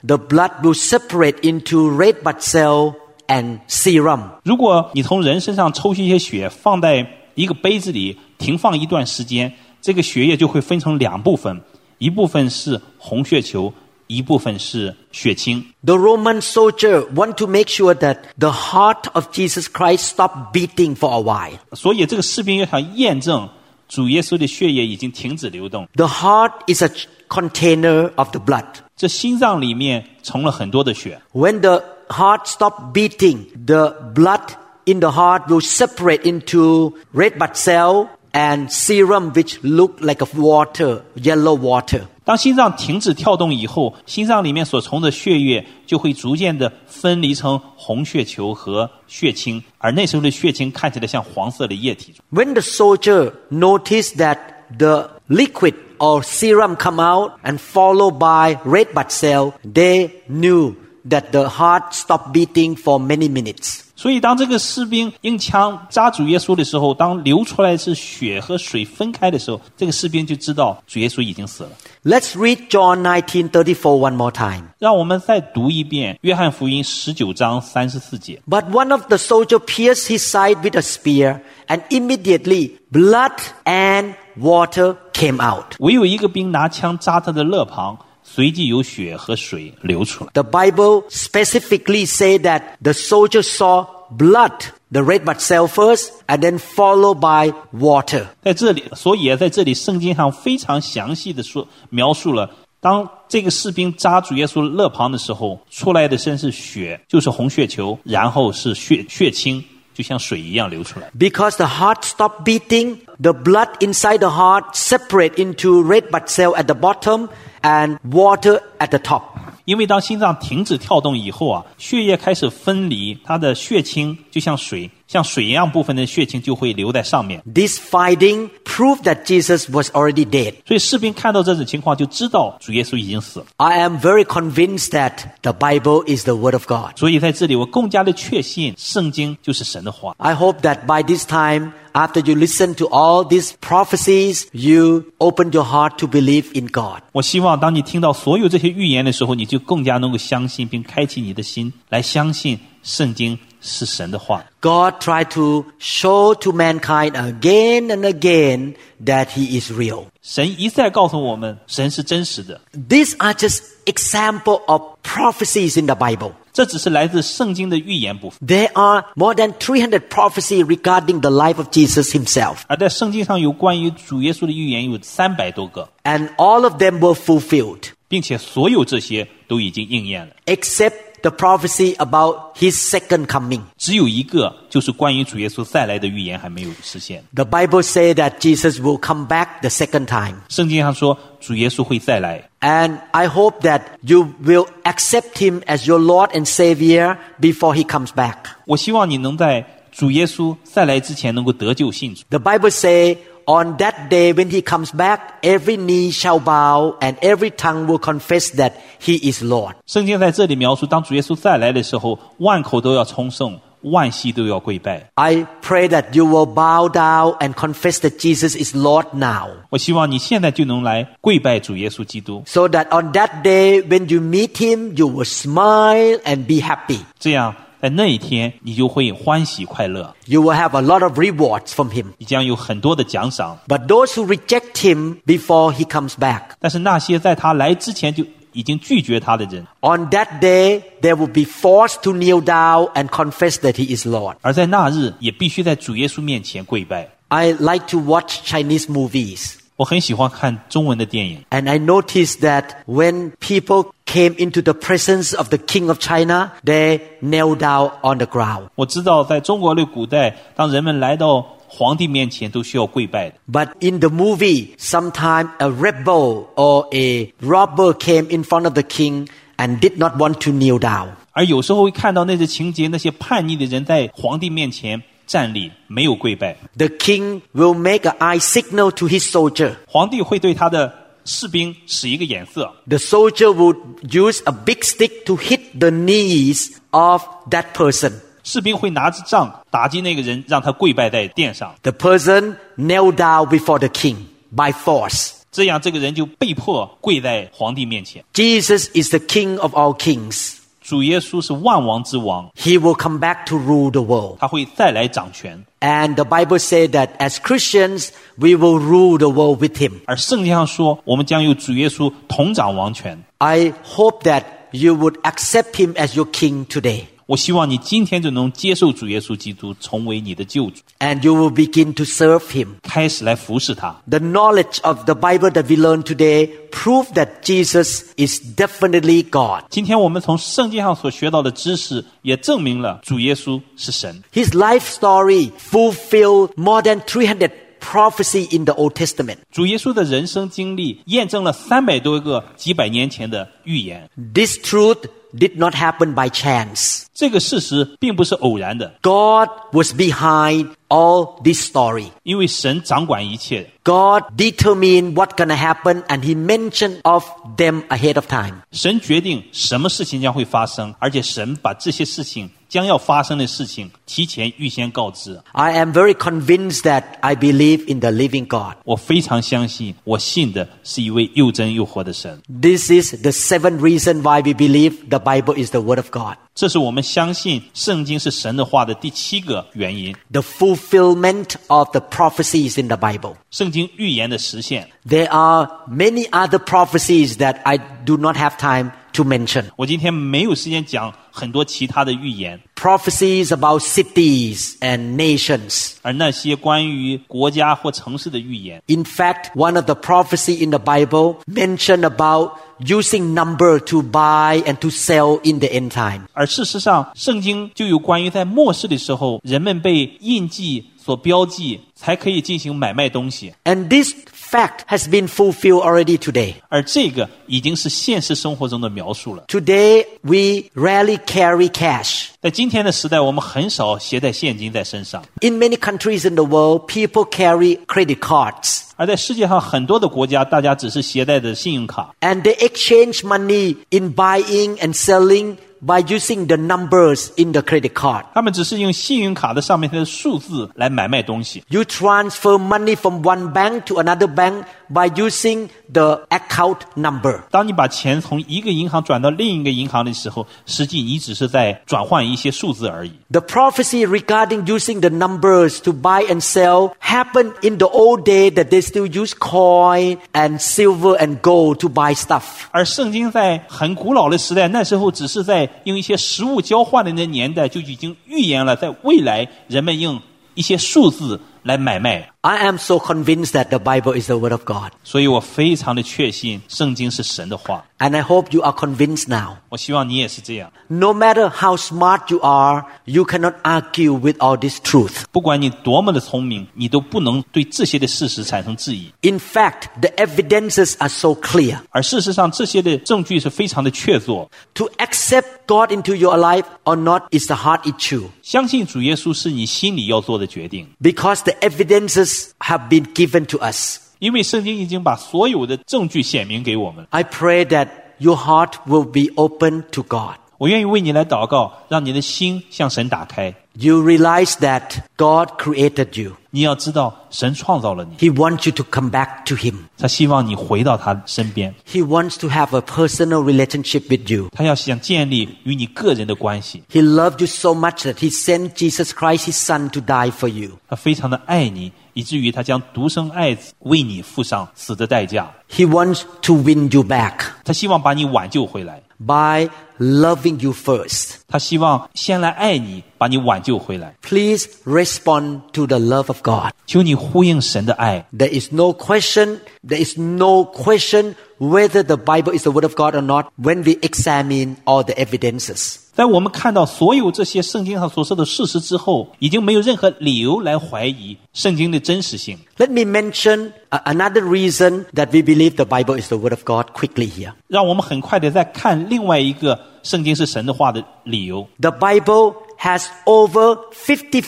B: the blood will separate into red blood cell and serum.
C: 如果你从人身上抽一些血，放在一个杯子里停放一段时间，这个血液就会分成两部分，一部分是红血球，一部分是血清。
B: The Roman soldier want to make sure that the heart of Jesus Christ stopped beating for a while.
C: 所以这个士兵要想验证主耶稣的血液已经停止流动，
B: The heart is a ch- container of the blood.
C: 这心脏里面盛了很多的血。
B: When the heart stops beating, the blood in the heart will separate into red blood cell and serum, which look like a water, yellow water.
C: 当心脏停止跳动以后，心脏里面所盛的血液就会逐渐的分离成红血球和血清，而那时候的血清看起来像黄色的液体。
B: When the soldier noticed that the liquid or serum come out and followed by red blood cell, they knew that the heart stopped beating for many minutes.
C: 所以，当这个士兵用枪扎主耶稣的时候，当流出来是血和水分开的时候，这个士兵就知道主耶稣已经死了。
B: Let's read John 19:34 one more time.
C: 让我们再读一遍《约翰福音》十九章三十四节。
B: But one of the soldier pierced his side with a spear, and immediately blood and water came out.
C: 唯有一个兵拿枪扎他的肋旁，随即有血和水流出来。
B: The Bible specifically say that the soldier saw blood, the red blood cell first, and then followed by water.
C: 在这里，所以在这里，圣经上非常详细的说描述了，当这个士兵扎主耶稣肋旁的时候，出来的身是血，就是红血球，然后是血血清，就像水一样流出来。
B: Because the heart stopped beating, the blood inside the heart separate into red blood cell at the bottom and water at the top.
C: 因为当心脏停止跳动以后啊，血液开始分离，它的血清就像水，像水一样部分的血清就会留在上面。
B: This finding proved that Jesus was already dead.
C: 所以士兵看到这种情况，就知道主耶稣已经死了。
B: I am very convinced that the Bible is the Word of God.
C: 所以在这里，我更加的确信圣经就是神的话。
B: I hope that by this time, after you listen to all these prophecies, you open your heart to believe in God.
C: 我希望当你听到所有这些预言的时候，你就更加能够相信，并开启你的心来相信圣经是神的话。
B: God tried to show to mankind again and again that He is real.
C: 神一再告诉我们，神是真实的。
B: These are just example of prophecies in the Bible.
C: 这只是来自圣经的预言部分。
B: There are more than 300 prophecy regarding the life of Jesus himself,
C: 而在圣经上有关于主耶稣的预言有三百多个，
B: and all of them were fulfilled
C: 并且所有这些都已经应验了，
B: except the prophecy about his second coming.
C: 只有一个就是关于主耶稣再来的预言还没有实现。
B: The Bible says that Jesus will come back the second time.
C: 圣经上说主耶稣会再来，
B: And I hope that you will accept him as your Lord and Savior before he comes back.
C: 我希望你能在主耶稣再来之前能够得救信主。
B: The Bible says, on that day when he comes back, every knee shall bow and every tongue will confess that he is Lord.
C: 圣经在这里描述，当主耶稣再来的时候，万口都要称颂，万膝都要跪拜。
B: I pray that you will bow down and confess that Jesus is Lord now.
C: 我希望你现在就能来跪拜主耶稣基督，
B: So that on that day when you meet him, you will smile and be happy.
C: 这样在那一天你就会欢喜快乐，
B: You will have a lot of rewards from him.
C: 你将有很多的奖赏。
B: But those who reject him before he comes back,
C: 但是那些在他来之前就已经拒绝他的人，
B: on that day they will be forced to kneel down and confess that he is Lord.
C: 而在那日也必须在主耶稣面前跪拜。
B: I like to watch Chinese movies.
C: 我很喜欢看中文的电影，
B: And I noticed that when people came into the presence of the king of China, they knelt down on the ground.
C: 我知道在中国的古代，当人们来到皇帝面前都需要跪拜的。
B: But in the movie, sometime a rebel or a robber came in front of the king and did not want to kneel down.
C: 而有时候会看到那些情节，那些叛逆的人在皇帝面前站立，没有跪拜。
B: The king will make an eye signal to his soldier.
C: 皇帝会对他的士兵使一个眼色，
B: The soldier would use a big stick to hit the knees of that person.
C: 士兵会拿着杖打击那个人，让他跪拜在殿上。
B: The person knelt down before the king by force.
C: 这样，这个人就被迫跪在皇帝面前。
B: Jesus is the king of all kings.
C: 主主耶稣是万王之王，
B: He will come back to rule the world.
C: 他会再来掌权。
B: And the Bible says that as Christians, we will rule the world with Him.
C: 而圣经上说，我们将与主耶稣同掌王权。
B: I hope that you would accept Him as your King today.
C: 我希望你今天就能接受主耶稣基督，成为你的救主，
B: And you will begin to serve Him.
C: 开始来服侍他。
B: The knowledge of the Bible that we learn today prove that Jesus is definitely God.
C: 今天我们从圣经上所学到的知识，也证明了主耶稣是神。
B: His life story fulfilled more than 300 prophecy in the Old Testament.
C: 主耶稣的人生经历验证了三百多个几百年前的预言。
B: This truth did not happen by chance.
C: 这个事实并不是偶然的，
B: God was behind all this story.
C: 因为神掌管一切。
B: God determined what gonna happen and he mentioned of them ahead of time.
C: 神决定什么事情将会发生，而且神把这些事情将要发生的事情提前预先告知。
B: I am very convinced that I believe in the living God.
C: 我非常相信，我信的是一位又真又活的神。
B: This is the seventh reason why we believe the Bible is the word of God.
C: 这是我们相信圣经是神的话的第七个原因。
B: The fulfillment of the prophecies in the Bible.
C: 圣经预言的实现，
B: There are many other prophecies that I do not have time to mention.
C: 我今天没有时间讲很多其他的预言，
B: Prophecies about cities and nations.
C: 而那些关于国家或城市的预言，
B: In fact, one of the prophecy in the Bible mentioned about using number to buy and to sell in the end time.
C: 而事实上，圣经就有关于在末世的时候，人们被印记所标记，才可以进行买卖东西。
B: And this fact has been fulfilled already today.
C: 而这个已经是现实生活中的描述了。
B: Today, we rarely carry cash.
C: 在今天的时代，我们很少携带现金在身上，
B: In many countries in the world, people carry credit cards
C: 而在世界上很多的国家，大家只是携带着信用卡，
B: and they exchange money in buying and selling by using the numbers in the credit card.
C: 他们只是用信用卡的上面的数字来买卖东西。
B: You transfer money from one bank to another bank by using the account number.
C: 当你把钱从一个银行转到另一个银行的时候，实际你只是在转换一些数字而已。
B: The prophecy regarding using the numbers to buy and sell happened in the old day that they still use coin and silver and gold to buy stuff.
C: 而圣经在很古老的时代，那时候只是在用一些实物交换的那年代，就已经预言了在未来人们用一些数字来买卖。
B: I am so convinced that the Bible is the Word of God.
C: 所以我非常的确信圣经是神的话。
B: And I hope you are convinced now.
C: 我希望你也是这样。
B: No matter how smart you are, you cannot argue with all this truth.
C: 不管你多么的聪明，你都不能对这些的事实产生质疑。
B: In fact, the evidences are so clear.
C: 而事实上，这些的证据是非常的确凿。
B: To accept God into your life or not is the hard issue
C: 相信主耶稣是你心里要做的决定，
B: because the evidences have been given to us.
C: 因为圣经已经把所有的证据显明给我们了。
B: I pray that your heart will be open to God.
C: 我愿意为你来祷告，让你的心向神打开。
B: You realize that God created you.
C: 你要知道，神创造了你，
B: He wants you to come back to Him.
C: 他希望你回到他身边，
B: He wants to have a personal relationship with you.
C: 他要想建立与你个人的关系。
B: He loved you so much that He sent Jesus Christ, His Son, to die for you.
C: 他非常的爱你，以至于他将独生爱子为你付上死的代价。
B: He wants to win you back
C: 他希望把你挽救回来，
B: by loving you first.
C: 他希望先来爱你，把你挽救回来。
B: Please respond to the love of God.
C: 求你呼应神的爱。
B: There is no question, there is no question whether the Bible is the Word of God or not when we examine all the evidences.
C: 在我们看到所有这些圣经上所说的事实之后，已经没有任何理由来怀疑圣经的真实性。
B: Let me mention a- another reason that we believe the Bible is the Word of God quickly here.
C: 让我们很快的再看另外一个圣经是神的话的理由。
B: The Bible has over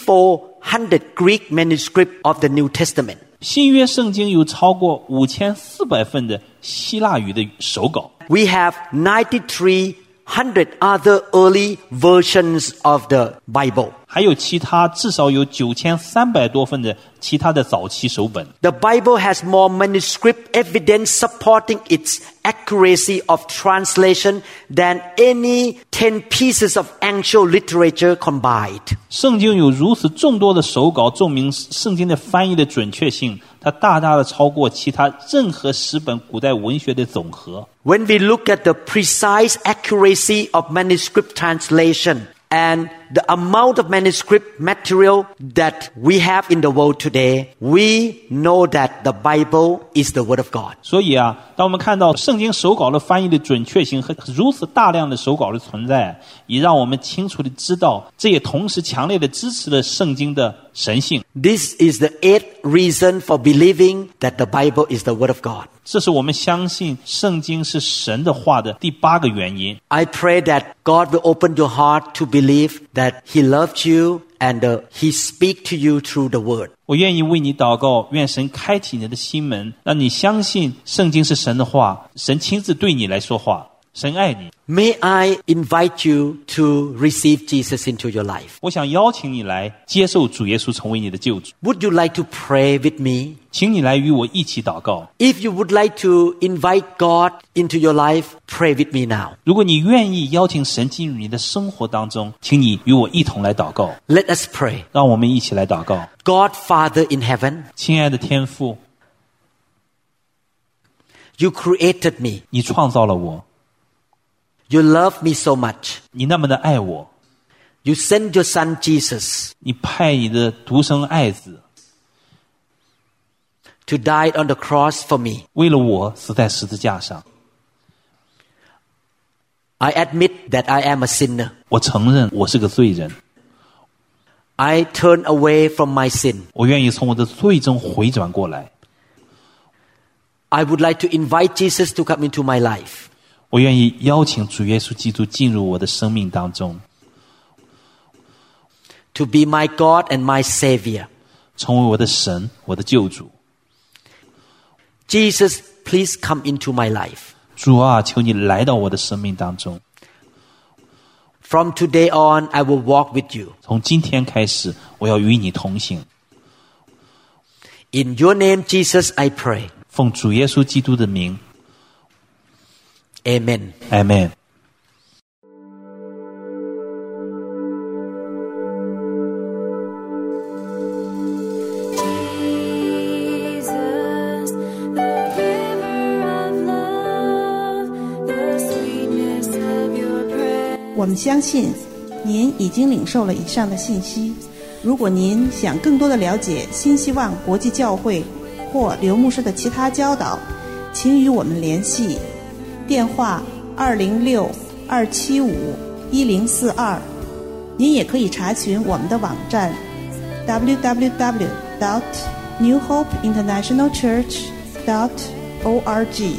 B: 5,400 Greek manuscripts of the New Testament.
C: 新约圣经有超过五千四百份的希腊语的手稿，
B: We have 93 hundred other early versions of the Bible.
C: 还有其他至少有九千三百多份的其他的早期手本。
B: The Bible has more manuscript evidence supporting its accuracy of translation than any 10 pieces of ancient literature combined.
C: 圣经有如此众多的手稿，证明圣经的翻译的准确性，它大大的超过其他任何十本古代文学的总和。
B: When we look at the precise accuracy of manuscript translation and the amount of manuscript material that we have in the world today, we know that the Bible is the Word of God.
C: 所以啊，当我们看到圣经手稿的翻译的准确性和如此大量的手稿的存在，也让我们清楚的知道，这也同时强烈的支持了圣经的神性。
B: This is the eighth reason for believing that the Bible is the Word of God.
C: 这是我们相信圣经是神的话的第八个原因。
B: I pray that God will open your heart to believe that He loved you and uh, He speak to you through the Word.
C: 我愿意为你祷告，愿神开启你的心门，让你相信圣经是神的话，神亲自对你来说话，神爱你。
B: May I invite you to receive Jesus into your life.
C: 我想邀请你来接受主耶稣成为你的救主，
B: Would you like to pray with me?
C: 请你来与我一起祷告。
B: If you would like to invite God into your life, pray with me now.
C: 如果你愿意邀请神进入你的生活当中，请你与我一同来祷告。
B: Let us pray.
C: 让我们一起来祷告，
B: God Father in heaven,
C: 亲爱的天父，
B: you created me.
C: 你创造了我，
B: You love me so much.
C: 你那么的爱我，
B: You sent your son Jesus
C: 你派你的独生爱子
B: to die on the cross for me.
C: 为了我死在十字架上。
B: I admit that I am a sinner.
C: 我承认我是个罪人，
B: I turn away from my sin.
C: 我愿意从我的罪中回转过来，
B: I would like to invite Jesus to come into my life.
C: 我愿意邀请主耶稣基督进入我的生命当中，
B: to be my God and my Savior.
C: 成为我的神，我的救主。
B: Jesus, please come into my life.
C: 主啊，求你来到我的生命当中。
B: From today on, I will walk with you.
C: 从今天开始，我要与你同行。
B: In your name, Jesus, I pray.
C: 奉主耶稣基督的名
B: Amen.
C: ，Amen。
A: Jesus, the giver of love, the sweetness of your presence.
D: 我们相信您已经领受了以上的信息。如果您想更多的了解新希望国际教会或刘牧师的其他教导，请与我们联系，电话二零六二七五一零四二。您也可以查询我们的网站 www. dot New Hope International Church. dot org。